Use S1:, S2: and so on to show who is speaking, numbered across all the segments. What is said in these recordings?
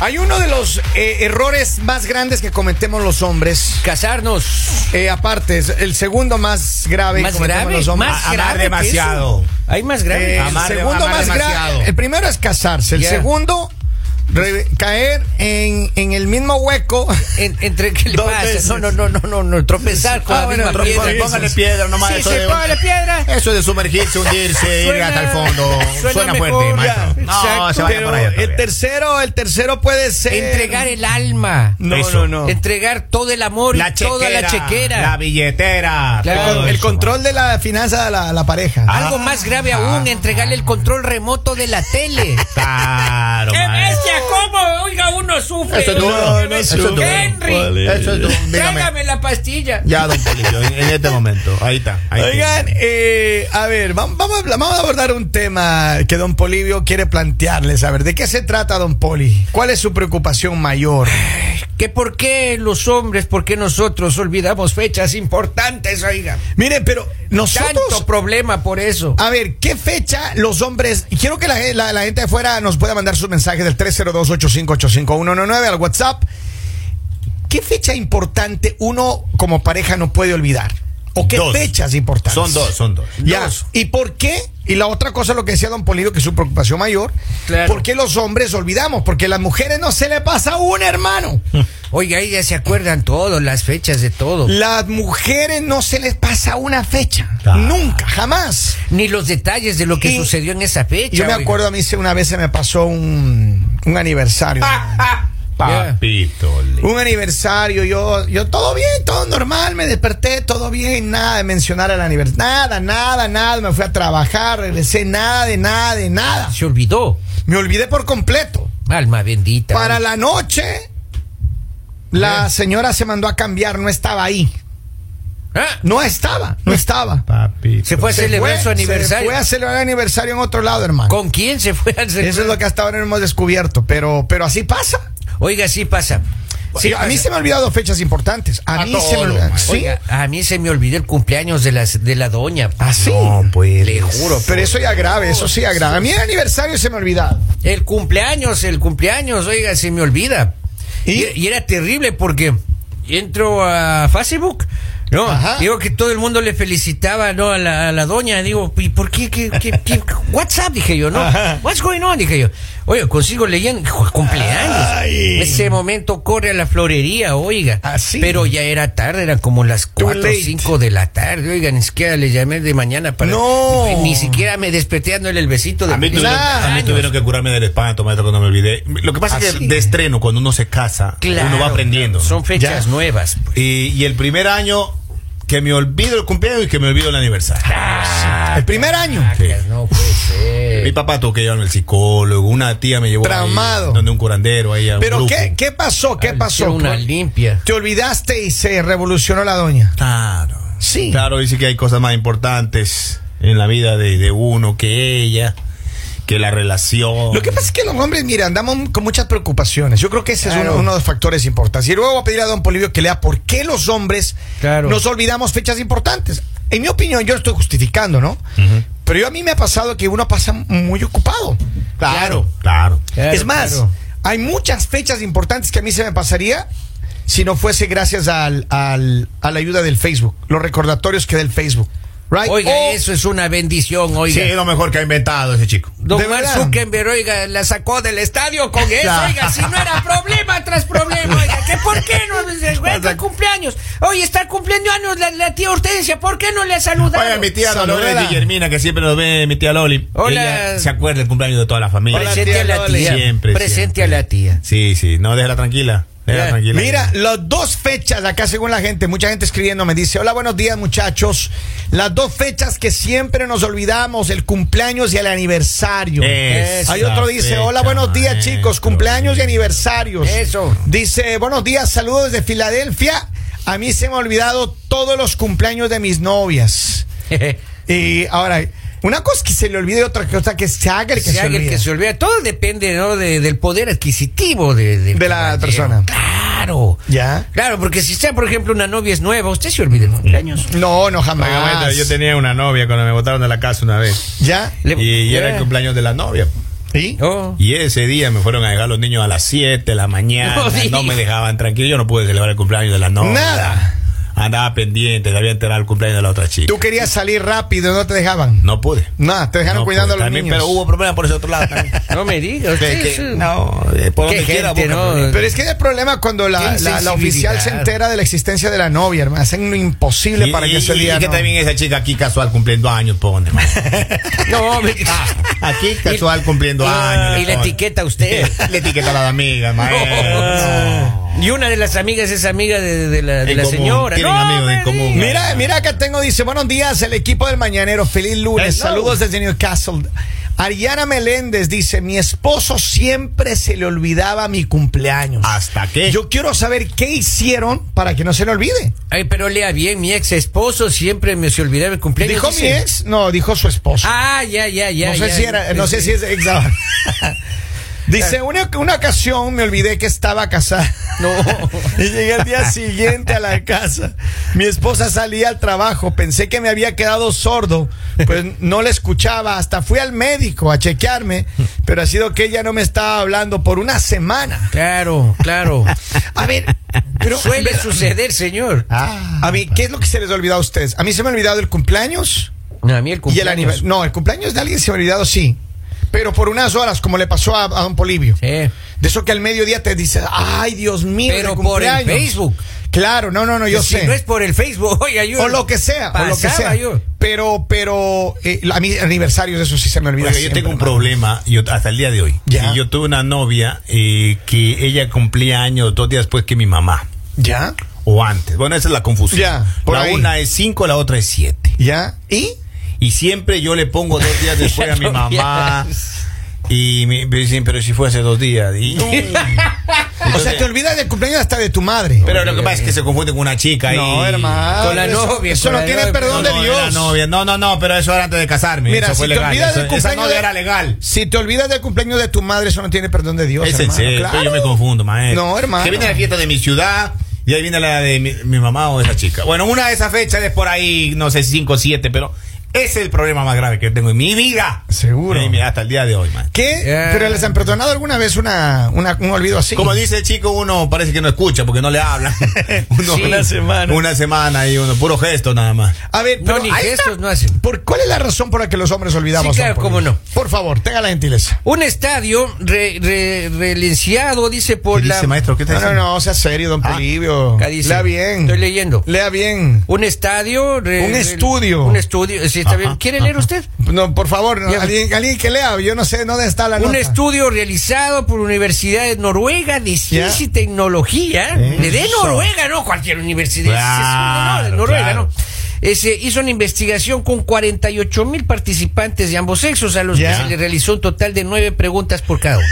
S1: Hay uno de los eh, errores más grandes que cometemos los hombres.
S2: Casarnos.
S1: Eh, aparte, es el segundo más grave
S2: Más
S1: que cometemos
S2: grave,
S1: los hombres.
S2: más
S1: Ah,
S2: grave
S3: Amar
S2: que
S3: demasiado.
S2: eso. Hay más
S1: eh,
S2: grave.
S1: el
S3: amar-
S1: segundo
S3: amar
S1: más
S3: demasiado.
S1: grave. El primero es casarse. El
S2: Yeah.
S1: segundo, re- caer en, en el mismo hueco.
S2: En- entre qué le
S3: Dos
S2: pasa.
S3: veces.
S2: No, no, no, no, no, no, Tropezar con
S1: Ah,
S2: la
S1: bueno,
S2: misma
S1: tropezar.
S2: piedra.
S3: Póngale piedra nomás.
S2: Sí,
S3: eso,
S2: sí,
S3: de,
S2: póngale piedra.
S3: eso de sumergirse, hundirse, ir
S2: Suena-
S3: hasta el fondo.
S2: suena
S3: Suena, fuerte,
S2: mejor, ya.
S3: maestro. No,
S2: Exacto,
S3: se vaya
S2: pero este,
S3: por allá. todavía.
S1: tercero, el tercero puede ser.
S2: Entregar el alma.
S1: No,
S3: Eso.
S1: no, no.
S2: Entregar todo el amor
S3: La
S2: y
S3: chequera,
S2: toda la chequera.
S3: La billetera.
S2: Claro,
S3: todo
S1: el
S3: eso,
S1: control de la finanza de la, la pareja.
S2: Algo más grave
S1: Ah.
S2: aún, entregarle el control remoto de la tele.
S3: maestro. Claro,
S2: ¡Qué
S3: maestro.
S2: bestia! ¿Cómo? Oiga, uno sufre.
S3: Eso es duro.
S1: No, no
S3: eso es duro.
S2: Henry.
S3: Eso es duro. Dígame.
S2: Trágame la pastilla.
S3: Ya, don Polillo, en, en este momento. Ahí está. ahí está.
S1: Oigan, eh, a ver, vam- vamos, a hablar- vamos a abordar un tema que don Polivio quiere plantearles. A ver, ¿de qué se trata don Poli? ¿Cuál es su preocupación mayor?
S2: ¿Que por qué los hombres, por qué nosotros olvidamos fechas importantes, oiga?
S1: Miren, pero
S2: Tanto
S1: nosotros...
S2: problema por eso.
S1: A ver, ¿qué fecha los hombres... y Quiero que la, la- la gente de afuera nos pueda mandar sus mensajes del 302-858-5199 al WhatsApp. ¿Qué fecha importante uno como pareja no puede olvidar? ¿O qué
S3: Dos.
S1: fechas importantes?
S3: Son dos, son dos.
S1: Ya.
S2: Dos.
S1: ¿Y por qué? Y la otra cosa, lo que decía Don Polivio, que es su preocupación mayor.
S2: Claro.
S1: ¿Por qué los hombres olvidamos? Porque a las mujeres no se le pasa una, hermano.
S2: Oiga, ahí ya se acuerdan todos, las fechas de todo.
S1: Las mujeres no se les pasa una fecha.
S3: Ah.
S1: Nunca, jamás.
S2: Ni los detalles de lo que
S1: Y-
S2: sucedió en esa fecha.
S1: Yo me
S2: oiga.
S1: acuerdo, a mí se- una vez se me pasó un, un aniversario.
S3: Ah. Papito. lindo.
S1: Un aniversario, yo, yo todo bien, todo normal, me desperté, todo bien, nada de mencionar el aniversario, nada, nada, nada, me fui a trabajar, regresé, nada, de nada, de nada.
S2: Se olvidó.
S1: Me olvidé por completo.
S2: Alma bendita.
S1: Para
S2: oiga.
S1: la noche, la señora se mandó a cambiar, no estaba ahí.
S2: Ah,
S1: No estaba, no estaba.
S3: Papito.
S2: Se fue a
S1: Se
S2: celebrar
S1: fue-
S2: su
S1: se
S2: aniversario.
S1: fue a celebrar el aniversario en otro lado, hermano.
S2: ¿Con quién se fue a celebrar?
S1: Eso es lo que hasta ahora no hemos descubierto, pero, pero así pasa.
S2: Oiga, sí pasa. Sí
S1: Yo- a mí
S2: pasa.
S1: se me han olvidado fechas importantes. A,
S3: A
S1: mí se me
S3: todos,
S1: olvidado-
S3: man.
S1: Sí,
S2: Oiga, a mí se me olvidó el cumpleaños de, las, de la doña.
S1: así.
S3: No, pues.
S2: Le juro.
S1: pero eso ya grave, eso sí ya grave. A mí el aniversario se me ha olvidado.
S2: El cumpleaños, el cumpleaños, oiga, se me olvida.
S1: ¿Y?
S2: Y, y era terrible porque entro a Facebook, ¿no?
S1: Ajá.
S2: Digo que todo el mundo le felicitaba, ¿no? A la, a la doña, digo, ¿y por qué? ¿Qué, qué, qué? What's up? Dije yo, ¿no? What's going on? Dije yo. Oye, consigo leyendo, hijo, cumpleaños.
S1: Ay.
S2: Ese momento corre a la florería, oiga.
S1: Así.
S2: Pero ya era tarde, eran como las
S1: Too
S2: 4 o
S1: late.
S2: 5 de la tarde, oiga, ni siquiera le llamé de mañana para...
S1: No.
S2: Ni siquiera me despeteándole el besito de
S3: A mí, tuvieron,
S1: Claro.
S3: a mí tuvieron que curarme del espanto, maestro, cuando me olvidé. Lo que pasa es
S2: Así.
S3: que de estreno, cuando uno se casa,
S2: Ah, Claro,
S3: uno va aprendiendo. ¿no?
S2: Son fechas
S1: Ya.
S2: nuevas.
S3: Y, y el primer año, que me olvido el cumpleaños y que me olvido el aniversario.
S1: Ah, El primer año.
S3: Sí.
S2: No puede ser.
S3: Mi papá tuvo que llevarme al psicólogo, una tía me llevó ahí,
S1: Traumado.
S3: donde un curandero ahí a un
S1: Pero
S3: grupo.
S1: ¿qué, qué pasó? ¿Qué
S2: Le
S1: pasó?
S2: hicieron Una limpia.
S1: Te olvidaste y se revolucionó la doña.
S3: Claro.
S1: Sí.
S3: Claro, dice que hay cosas más importantes en la vida de, de uno que ella, que la relación.
S1: Lo que pasa es que los hombres, mira, andamos con muchas preocupaciones. Yo creo que ese es
S2: Claro.
S1: uno, uno de los factores importantes. Y luego voy a pedir a don Polivio que lea por qué los hombres
S2: Claro.
S1: nos olvidamos fechas importantes. En mi opinión, yo estoy justificando, ¿no? Pero yo a mí me ha pasado que uno pasa muy ocupado.
S3: Claro, claro.
S2: Claro,
S1: es más,
S2: claro.
S1: hay muchas fechas importantes que a mí se me pasaría si no fuese gracias al, al- a la ayuda del Facebook, los recordatorios que da el Facebook. Right? Oh,
S2: Oiga,
S1: O-
S2: eso es una bendición,
S3: oh. Sí,
S2: oiga.
S3: es lo mejor que ha inventado ese chico.
S2: Don
S1: de
S2: Mark
S1: verdad.
S2: Zuckerberg, oiga, la sacó del estadio con eso,
S1: Claro.
S2: oiga, si no era problema tras problema, oiga, que por qué no se encuentra cumpleaños. Hoy está cumpliendo años la, la tía Hortensia, ¿por qué no le ha saludado?
S3: Oye, mi tía Dolores
S1: Saludela.
S3: Guillermina, que siempre nos ve, mi tía Loli.
S2: Hola.
S3: Ella se acuerda el cumpleaños de toda la familia.
S1: Hola,
S2: Presente
S1: tía
S2: a la
S1: Loli.
S2: tía.
S3: Siempre,
S2: Presente
S3: siempre.
S2: a la tía.
S3: Sí, sí, no, déjala tranquila. Déjala
S2: Ya.
S3: tranquila.
S1: Mira, las dos fechas, acá según la gente, mucha gente escribiendo, me dice, hola, buenos días muchachos. Las dos fechas que siempre nos olvidamos, el cumpleaños y el aniversario.
S3: Esa
S1: Hay otro dice, hola,
S3: fecha,
S1: buenos días
S3: maestro.
S1: chicos, cumpleaños y aniversarios.
S2: Eso.
S1: Dice, buenos días, saludos desde Filadelfia. A mí se me ha olvidado todos los cumpleaños de mis novias. Y ahora, una cosa es que se le olvide y otra cosa que se haga el que se,
S2: se haga el
S1: olvide.
S2: que se olvida. Todo depende ¿no? de- del poder adquisitivo de, del
S1: De la
S2: caballero.
S1: persona.
S2: Claro.
S1: ¿Ya?
S2: Claro, porque si sea, por ejemplo, una novia es nueva, usted se olvida el cumpleaños.
S1: No, no, jamás.
S3: Oiga, maestro, yo tenía una novia cuando me botaron de la casa una vez.
S1: ¿Ya?
S2: Le-
S3: Y, y era el
S2: Ya.
S3: cumpleaños de la novia.
S1: ¿Y?
S2: Oh.
S3: Y ese día me fueron a dejar los niños a las 7 de la mañana.
S2: No
S3: No,
S2: digas.
S3: me dejaban tranquilo. Yo no pude celebrar el cumpleaños de la novia.
S1: Nada.
S3: Andaba pendiente, debía enterar el cumpleaños de la otra chica.
S1: Tú querías salir rápido y no te dejaban.
S3: No pude.
S1: Nada, te dejaron
S3: No
S1: cuidando
S3: pude.
S1: a los
S3: También,
S1: niños.
S3: Pero hubo problemas por ese otro lado también.
S2: No me digas.
S3: Que-
S2: sí,
S3: que-
S2: sí.
S3: No, eh, por
S2: Qué
S3: donde quiera.
S2: gente,
S3: busca
S2: ¿no?
S3: problemas.
S1: Pero es que el problema es cuando la,
S2: Qué
S1: la- la oficial se
S2: insensibilidad.
S1: entera de la existencia de la novia, hermano. Hacen lo imposible
S3: Y-
S1: para que
S3: y-
S1: ese
S3: y
S1: día.
S3: que
S1: no-
S3: también esa chica aquí casual cumpliendo años, pone. man.
S2: No, me-
S3: Ah, Aquí
S2: Y-
S3: casual cumpliendo
S2: y-
S3: años.
S2: Y la
S3: pone.
S2: etiqueta a usted.
S3: La etiqueta a la amiga, maestro.
S2: Y una de las amigas es amiga de, de la, de
S3: En
S2: la
S3: común,
S2: señora.
S3: tienen
S2: No,
S3: amigos en
S2: me
S3: común.
S2: digas.
S1: Mira, mira que tengo, dice, buenos días, el equipo del mañanero, feliz lunes,
S3: Hello.
S1: saludos desde Newcastle. Ariana Meléndez dice, mi esposo siempre se le olvidaba mi cumpleaños.
S3: ¿Hasta qué?
S1: Yo quiero saber qué hicieron para que no se le olvide.
S2: Ay, pero lea bien, mi ex esposo siempre me se olvidaba el cumpleaños.
S1: ¿Dijo mi
S2: dice.
S1: ex? No, dijo su esposo.
S2: Ah, ya, ya, ya.
S1: no sé
S2: ya.
S1: si era, no sé si es ex ahora. Dice, una, una ocasión me olvidé que estaba casada.
S2: No.
S1: Y llegué al día siguiente a la casa. Mi esposa salía al trabajo. Pensé que me había quedado sordo. Pues no la escuchaba. Hasta fui al médico a chequearme. Pero ha sido que ella no me estaba hablando por una semana.
S2: Claro, claro.
S1: A ver, pero.
S2: Suele suceder, señor.
S3: Ah.
S1: A mí, ¿qué es lo que se les olvidó a ustedes? A mí se me ha olvidado el cumpleaños,
S2: No, a mí el
S1: y el
S2: cumpleaños.
S1: aniversario. No, el cumpleaños de alguien se me ha olvidado, sí. Pero por unas horas, como le pasó a, a don Polivio.
S2: Sí.
S1: De eso que al mediodía te dice, ay, Dios mío,
S2: Pero
S1: mi
S2: por el
S1: cumpleaños".
S2: Facebook.
S1: Claro, no, no, no, yo
S2: Pues si
S1: sé.
S2: no es por el Facebook, oiga, yo.
S1: o lo que sea, o lo que
S2: pasaba
S1: sea.
S2: yo.
S1: Pero, pero, eh, a mí aniversarios, eso sí se me olvida.
S3: Oiga, yo
S1: siempre,
S3: tengo un
S1: hermano.
S3: problema yo, hasta el día de hoy.
S1: Ya.
S3: Y Yo tuve una novia eh, que ella cumplía años dos días después que mi mamá.
S1: ¿Ya?
S3: O antes. Bueno, esa es la confusión.
S1: Ya, por
S3: la
S1: ahí.
S3: una es cinco, la otra es siete.
S1: ¿Ya? ¿Y?
S3: Y siempre yo le pongo dos días después a mi
S2: No,
S3: mamá. Y me me dicen, pero si fue hace dos días. Y-
S1: o sea, te olvidas del cumpleaños hasta de tu madre.
S3: pero lo que pasa es que se confunde con una chica.
S1: no,
S3: y-
S1: hermano.
S2: Con la
S1: eso-
S2: novia,
S1: Eso
S2: con
S1: no
S2: la
S1: tiene
S2: novia.
S1: perdón
S3: No,
S1: de
S3: no,
S1: Dios.
S3: era novia. No, no, no, pero eso era antes de casarme.
S1: Mira,
S3: eso
S1: si
S3: fue
S1: te
S3: legal.
S1: olvidas
S3: Eso-
S1: del
S3: esa
S1: cumpleaños
S3: novia
S1: de-
S3: era legal.
S1: Si te olvidas del cumpleaños de tu madre, eso no tiene perdón de Dios.
S3: Es en
S1: hermano,
S3: serio, pues
S1: claro.
S3: yo me confundo, maestro.
S1: No, hermano.
S3: Que viene la fiesta de mi ciudad y ahí viene la de mi, mi mamá o esa chica. Bueno, una de esas fechas es por ahí, no sé, 5 o 7, pero ese es el problema más grave que tengo en mi vida.
S1: Seguro.
S3: En mi- hasta el día de hoy, man.
S1: ¿Qué?
S2: Eh.
S1: ¿Pero les han perdonado alguna vez una, una- un olvido así?
S3: Como dice el chico, uno parece que no escucha porque no le habla. Uno-
S2: Sí. Una
S1: semana.
S3: Una semana y uno, puro gesto nada más.
S1: A ver,
S2: No,
S1: pero
S2: ni
S1: ahí
S2: gestos
S1: está.
S2: no hacen.
S1: ¿Por cuál es la razón por la que los hombres olvidamos?
S2: Sí, claro,
S1: don
S2: cómo
S1: Polibio?
S2: no.
S1: Por favor, tenga la gentileza.
S2: Un estadio re- re- relinciado, dice por
S3: ¿Qué
S2: la.
S3: dice, maestro? ¿Qué te
S1: No,
S3: dice?
S1: no, no, sea serio, don
S3: Ah.
S1: Polibio.
S2: Acá dice.
S1: Lea bien.
S2: Estoy leyendo.
S1: Lea bien.
S2: Un estadio. re-
S1: Un
S2: re-
S1: estudio.
S2: Un estudio. sí, está bien. ¿Quiere leer usted?
S1: No, por favor, no,
S2: Ya.
S1: alguien, alguien que lea. Yo no sé dónde está la
S2: Un
S1: nota.
S2: estudio realizado por Universidad de Noruega de Ciencia y Tecnología.
S1: Eh,
S3: Eso.
S2: De Noruega, no cualquier universidad.
S3: Claro,
S2: es de Noruega,
S3: claro.
S2: ¿no? Eh, se hizo una investigación con 48 mil participantes de ambos sexos, a los
S1: Ya.
S2: que se le realizó un total de nueve preguntas por cada uno.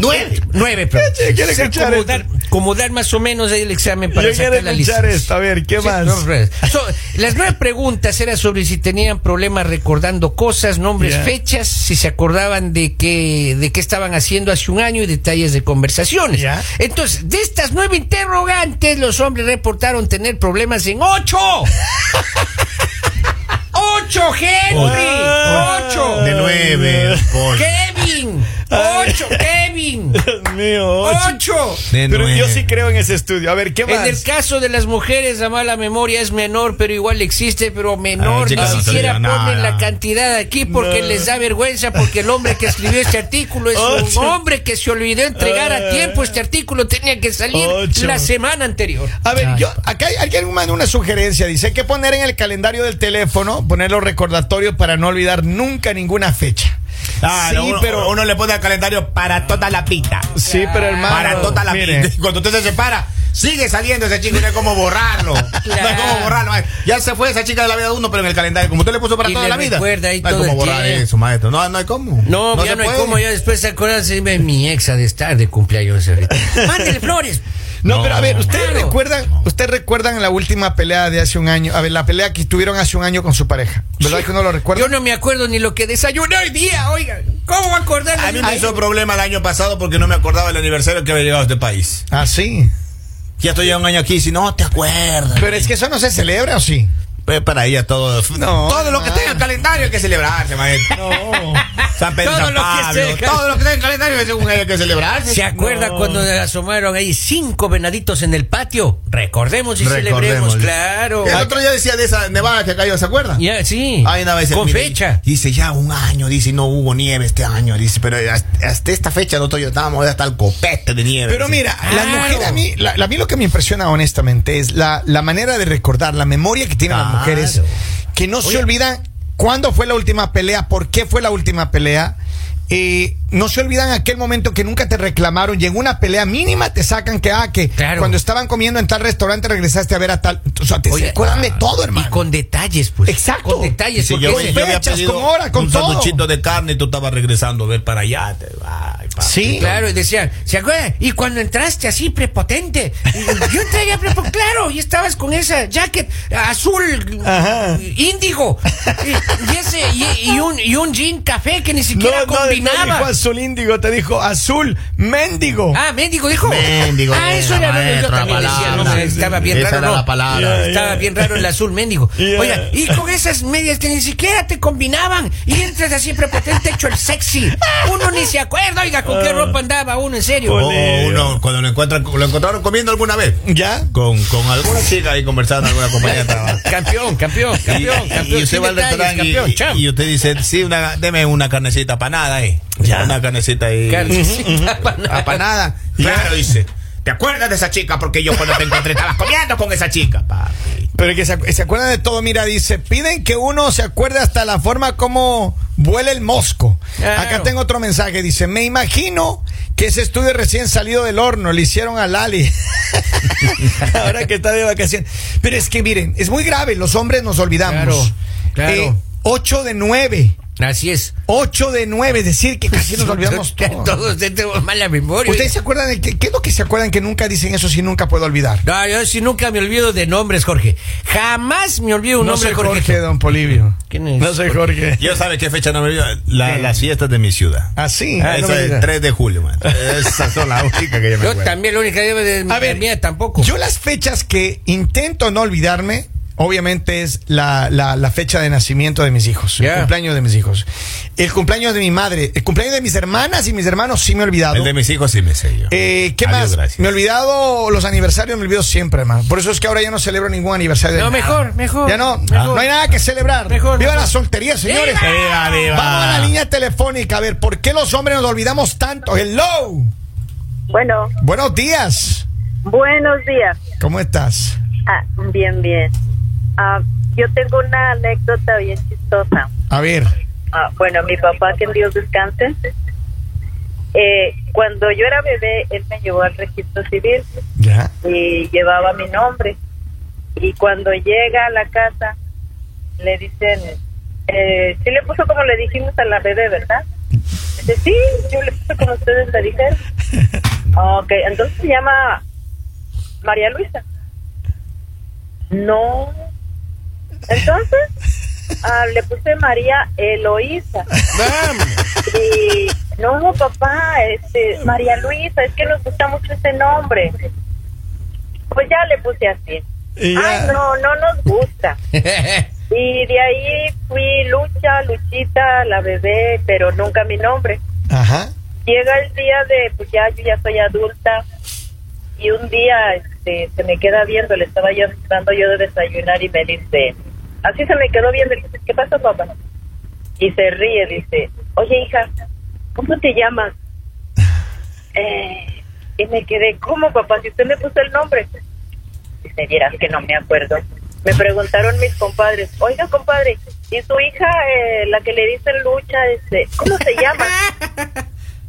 S3: Nueve.
S2: nueve preguntas.
S1: Yo quiero
S2: O sea,
S1: escuchar
S2: como,
S1: esto.
S2: dar, como dar más o menos ahí el examen para
S1: Yo quiero
S2: sacar la
S1: escuchar
S2: licencia.
S1: esto, a ver, ¿qué más?
S2: no, pues, so- las nueve preguntas eran sobre si tenían problemas recordando cosas, nombres,
S1: Ya.
S2: fechas, si se acordaban de qué, de qué estaban haciendo hace un año y detalles de conversaciones.
S1: Ya.
S2: Entonces, de estas nueve interrogantes, los hombres reportaron tener problemas en ocho. ¡Ocho, Henry! ¡Ocho!
S3: De
S1: Ah.
S3: nueve. Paul.
S2: ¡Kevin! ¡Ocho, Kevin!
S1: Dios mío.
S2: ¡Ocho!
S3: De
S1: Pero yo
S3: nueve.
S1: sí creo en ese estudio. A ver, ¿qué
S2: Oh. En
S1: más?
S2: el caso de las mujeres, la mala memoria es menor, pero igual existe, pero
S3: Ah,
S2: menor.
S3: chicas,
S2: ni
S3: no te
S2: siquiera
S3: digo nada.
S2: ponen la cantidad aquí porque
S1: No.
S2: les da vergüenza, porque el hombre que escribió este artículo es
S1: Ocho.
S2: un hombre que se olvidó entregar a tiempo. Este artículo tenía que salir
S1: Ocho.
S2: la semana anterior.
S1: A ver,
S2: Ay,
S1: yo, acá hay- alguien mandó una sugerencia. Dice, hay que poner en el calendario del teléfono, poner los recordatorios para no olvidar nunca ninguna fecha.
S3: Ah,
S1: sí,
S3: no, uno,
S1: pero...
S3: uno le pone al calendario para toda la pita.
S1: Sí, pero hermano.
S3: para toda la
S1: mire,
S3: vida. Y Cuando usted se separa, sigue saliendo ese chico y no hay como borrarlo. No hay
S2: Claro.
S3: como borrarlo. maestro. Ya se fue esa chica de la vida de uno, pero en el calendario, como usted le puso para
S2: Y
S3: toda
S2: le
S3: la vida.
S2: recuerda ahí
S3: no hay
S2: todo
S3: como
S2: el
S3: borrar
S2: tiempo.
S3: eso, maestro. No, no hay como.
S2: No, ya
S3: se
S2: no hay
S3: puede.
S2: cómo. Ya después se acuerdan, se ve mi ex a de estar de cumpleaños. ahorita. Mándele flores.
S1: No,
S3: No,
S1: pero a ver, ¿ustedes
S2: claro.
S1: recuerdan, ustedes recuerdan la última pelea de hace un año? A ver, la pelea que tuvieron hace un año con su pareja. ¿Verdad que uno lo recuerda?
S2: Yo no me acuerdo ni lo que desayuné hoy día. Oiga, ¿cómo acordar?
S3: A mí me hizo problema el año pasado porque no me acordaba el aniversario que había llegado a este país.
S1: Ah, sí.
S3: Ya estoy ya un año aquí, si no te acuerdas.
S1: Pero es que eso no se celebra, ¿o sí?
S3: Pues para ella todo.
S1: No,
S3: todo lo que
S1: ma.
S3: tenga en calendario hay que celebrarse, maestro. No. San Pedro,
S2: Todo
S3: San
S2: lo que
S3: Pablo.
S2: sea.
S3: todo lo que tenga en calendario según ella hay que celebrarse.
S2: ¿Se acuerda
S3: No.
S2: cuando asomaron ahí cinco venaditos en el patio? Recordemos y
S3: Recordemos.
S2: celebremos, claro.
S3: El otro día decía de esa nevada que cayó, ¿se acuerda?
S2: Ya, sí.
S3: Hay una vez.
S2: Con
S3: mire,
S2: fecha.
S3: Dice, ya un año, dice, no hubo nieve este año, dice, pero hasta, hasta esta fecha nosotros ya estábamos hasta el copete de nieve.
S1: Pero
S3: dice.
S1: mira, la
S2: Claro.
S1: mujer a mí, la- la- a mí lo que me impresiona honestamente es la, la manera de recordar, la memoria que tienen las
S3: Claro.
S1: mujeres, que no se
S3: Oye.
S1: olvidan cuándo fue la última pelea, por qué fue la última pelea. eh, no se olvidan aquel momento que nunca te reclamaron y en una pelea mínima te sacan que, ah, que
S2: Claro.
S1: cuando estaban comiendo en tal restaurante regresaste a ver a tal. O sea, te
S2: Oye, ah,
S1: se acuerdan de todo, hermano.
S2: Y con detalles, pues.
S1: Exacto.
S2: Con detalles,
S3: Dice,
S2: porque
S3: yo,
S2: ese-
S3: yo había
S1: fechas,
S3: pedido
S1: con hora, con
S3: un
S1: todo.
S3: sanduchito de carne y tú estabas regresando a ver para allá. Te- ay, papito.
S1: Sí.
S2: Claro, y decían, ¿se acuerdan? Y cuando entraste así prepotente, y- yo traía prepotente, claro, y estabas con esa jacket azul
S1: Ajá.
S2: índigo y, y ese, y, y un, y un jean café que ni siquiera combinaba.
S1: azul índigo, te dijo azul mendigo.
S2: ah, mendigo dijo.
S3: Mendigo,
S2: ah, eso
S3: esa
S2: era lo que yo
S3: maestra
S2: también decía, no,
S3: palabra.
S2: estaba bien
S3: Esa
S2: raro.
S3: era
S2: no.
S3: la palabra.
S2: Ya, ya. Estaba
S1: ya.
S2: bien raro el azul mendigo.
S1: Ya.
S2: Oiga, y con esas medias que ni siquiera te combinaban, y entras así prepotente hecho el sexy. Uno ni se acuerda, oiga, con
S3: Ah.
S2: qué ropa andaba uno, en serio.
S3: O- o Oh, uno, cuando lo, encuentran, lo encontraron comiendo alguna vez.
S1: ¿Ya?
S3: Con, con alguna chica ahí conversando, alguna compañera de trabajo.
S2: Campeón, campeón, campeón,
S3: y,
S2: campeón.
S3: y usted
S2: sin
S3: va al
S2: detalles,
S3: restaurante y-
S2: campeón,
S3: y-
S2: chao.
S3: y, usted dice, sí, una, deme una carnecita panada ahí.
S1: Ya.
S3: Una carnecita ahí.
S2: Carnecita panada.
S3: apanada. Claro, dice. ¿Te acuerdas de esa chica? Porque yo cuando te encontré estabas comiendo con esa chica. papi.
S1: Pero que se, acu- se acuerda de todo, mira, dice, piden que uno se acuerde hasta la forma como vuela el mosco.
S2: Claro.
S1: Acá tengo otro mensaje, dice, me imagino que ese estudio recién salido del horno le hicieron a Lali. Ahora que está de vacaciones. Pero es que miren, es muy grave, los hombres nos olvidamos.
S2: Claro, claro.
S1: 8 de 9.
S2: Así es.
S1: 8 de 9, es decir, que casi nos olvidamos todo.
S2: Todos tenemos mala memoria.
S1: ¿Ustedes se acuerdan de qué, qué es lo que se acuerdan que nunca dicen eso si nunca puedo olvidar?
S2: No, yo sí nunca me olvido de nombres, Jorge. Jamás me olvido un
S1: no
S2: nombre,
S1: soy
S2: Jorge.
S1: Jorge, don Polivio.
S2: ¿Quién es?
S1: No soy Jorge.
S3: Yo sabe qué fecha no me olvido. La, las fiestas de mi ciudad.
S1: Así.
S3: Ah, Esa es 3 de julio, man. Esas son las únicas que yo me
S2: Yo
S3: acuerdo.
S2: también, la única de
S1: A ver,
S2: mía tampoco.
S1: Yo las fechas que intento no olvidarme, obviamente es la, la- la fecha de nacimiento de mis hijos, el
S2: Ya.
S1: cumpleaños de mis hijos, el cumpleaños de mi madre, el cumpleaños de mis hermanas y mis hermanos sí me he olvidado.
S3: El de mis hijos sí me sé yo.
S1: Eh, ¿Qué
S3: Adiós,
S1: más?
S3: gracias.
S1: Me he olvidado los aniversarios, me olvido siempre, hermano. Por eso es que ahora ya no celebro ningún aniversario. de
S2: No,
S1: nada.
S2: mejor, mejor,
S1: Ya no,
S2: mejor.
S1: no hay nada que celebrar.
S2: Mejor,
S1: viva
S2: mejor.
S1: la soltería, señores.
S3: ¡Viva, viva!
S1: Vamos a la línea telefónica, a ver, ¿por qué los hombres nos olvidamos tanto? Hello.
S4: Bueno,
S1: Buenos días.
S4: buenos días.
S1: ¿Cómo estás?
S4: Ah, bien, bien. Ah, yo tengo una anécdota bien chistosa.
S1: A ver.
S4: Ah, bueno, mi papá, que en Dios descanse, eh, cuando yo era bebé, él me llevó al registro civil
S1: Ya.
S4: y llevaba mi nombre. Y cuando llega a la casa, le dicen, eh, sí le puso como le dijimos a la bebé, ¿verdad? Dice, sí, yo le puse como ustedes me dijeron. Ok, entonces se llama María Luisa. No. Entonces, ah, le puse María Eloísa.
S2: Vamos.
S4: Y no, papá, este, María Luisa, es que nos gusta mucho ese nombre. Pues ya le puse así.
S1: Y ya.
S4: Ay, no, no nos gusta. Y de ahí fui Lucha, Luchita, la bebé, pero nunca mi nombre.
S1: Ajá.
S4: Llega el día de, pues ya yo ya soy adulta. Y un día este, se me queda viendo, le estaba yo dando yo de desayunar y me dice, así se me quedó viendo, y dice, ¿qué pasó papá? Y se ríe, dice, oye hija, ¿cómo te llamas? Eh, y me quedé, ¿cómo papá? Si usted me puso el nombre. Dice, vieras que no me acuerdo. Me preguntaron mis compadres, oiga compadre, ¿y su hija, eh, la que le dicen lucha, este, ¿cómo se llama?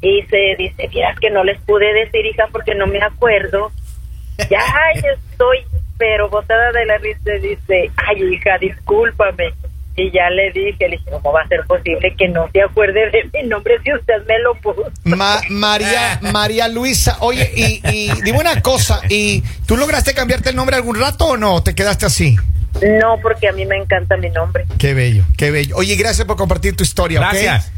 S4: Y se dice, vieras que no les pude decir, hija, porque no me acuerdo. Ya yo estoy, pero botada de la risa, dice, ay, hija, discúlpame. Y ya le dije, le dije, ¿cómo va a ser posible que no se acuerde de mi nombre si usted me lo puso?
S1: Ma- María, María Luisa, oye, y, y dime una cosa, ¿y tú lograste cambiarte el nombre algún rato o no? ¿O ¿Te quedaste así?
S4: No, porque a mí me encanta mi nombre.
S1: Qué bello, qué bello. Oye, gracias por compartir tu historia. ¿ok?
S3: Gracias.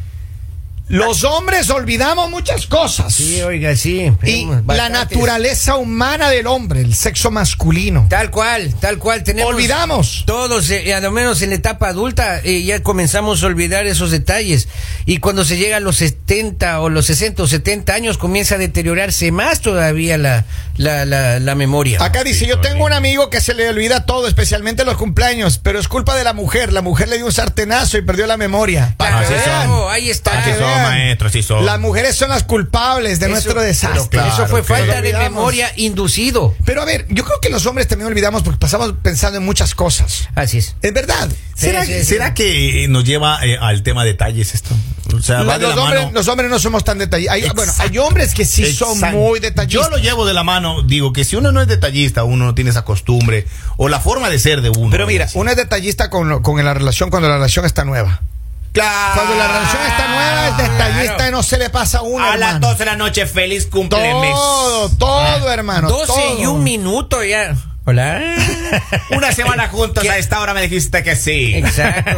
S1: Los hombres olvidamos muchas cosas.
S2: Sí, oiga, sí.
S1: y
S2: tenemos
S1: la
S2: bastantes.
S1: naturaleza humana del hombre, el sexo masculino.
S2: Tal cual, tal cual. Tenemos
S1: Olvidamos.
S2: Todos, eh, a lo menos en la etapa adulta, eh, ya comenzamos a olvidar esos detalles. Y cuando se llega a los 70 o los 60 o 70 años, comienza a deteriorarse más todavía la, la, la, la memoria.
S1: Acá dice, yo tengo un amigo que se le olvida todo, especialmente los cumpleaños, pero es culpa de la mujer. La mujer le dio un sartenazo y perdió la memoria.
S2: Pa'
S3: Ah,
S2: que
S3: sí
S2: vean,
S3: son.
S2: ahí está.
S3: Así
S1: que
S3: son,
S1: vean.
S3: maestro, así son.
S1: Las mujeres son las culpables de
S2: Eso-
S1: nuestro
S2: pero
S1: desastre.
S2: que eso fue
S1: Claro,
S2: falta
S1: lo
S2: de
S1: olvidamos.
S2: memoria inducido.
S1: Pero a ver, yo creo que los hombres también olvidamos porque pasamos pensando en muchas cosas.
S2: Así es.
S1: Es verdad.
S3: ¿Será,
S2: sí, sí.
S3: será que eh, nos lleva eh, al tema detalles esto? O sea, va de
S1: los,
S3: la
S1: hombres,
S3: mano.
S1: los hombres no somos tan detallados. Hay, bueno,
S3: Exacto.
S1: hay hombres que sí son
S3: Exacto.
S1: muy detallistas.
S3: Yo lo llevo de la mano, digo que si uno no es detallista, uno no tiene esa costumbre o la forma de ser de uno.
S1: Pero mira,
S3: Así.
S1: uno es detallista con, con la relación cuando la relación está nueva.
S3: Claro.
S1: Cuando la relación está
S2: Ah,
S1: nueva, es detallista y no se le pasa a uno.
S3: a las
S1: hermano.
S3: 12 de la noche, feliz cumpleaños.
S1: Todo, todo, hermano.
S2: 12
S1: todo.
S2: y un minuto ya. Hola.
S3: Una semana juntos,
S2: ¿Qué?
S3: a esta hora me dijiste que sí.
S2: Exacto.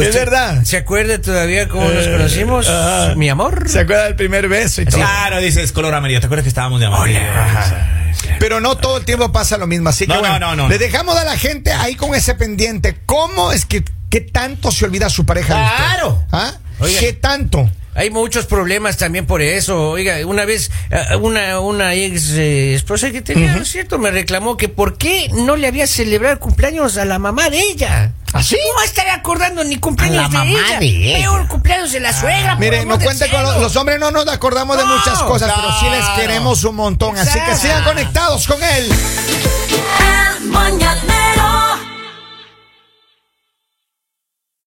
S1: Es verdad. Eh,
S2: ¿Se acuerda todavía cómo nos conocimos,
S1: ah.
S2: mi amor?
S1: ¿Se acuerda del primer beso y todo?
S3: Claro, dices color amarillo. ¿Te acuerdas que estábamos de amarillo? Ajá.
S1: Pero no todo el tiempo pasa lo mismo. Así que
S3: No,
S1: bueno,
S3: no, no, no.
S1: le dejamos a la gente ahí con ese pendiente. ¿Cómo es que qué tanto se olvida su pareja? de usted?
S2: Claro.
S1: ¿Ah?
S2: Oiga.
S1: ¿Qué tanto?
S2: Hay muchos problemas también por eso. Oiga, una vez ah, una, una ex eh, esposa que tenía, ¿no es cierto? Me reclamó que por qué no le había celebrado el cumpleaños a la mamá de ella.
S1: ¿Así?
S2: No va a estar acordando ni cumpleaños
S5: A la
S2: de,
S5: mamá
S2: ella.
S5: de ella.
S2: Peor cumpleaños de la suegra. por
S1: Ah. Mire,
S2: amor
S1: no
S2: del
S1: cuente con
S2: cielo.
S1: los, los hombres, no nos acordamos de
S2: No,
S1: muchas cosas, pero sí les
S3: claro.
S1: queremos un montón. Así que
S2: Exacto.
S1: sigan conectados con él.
S6: El mañanero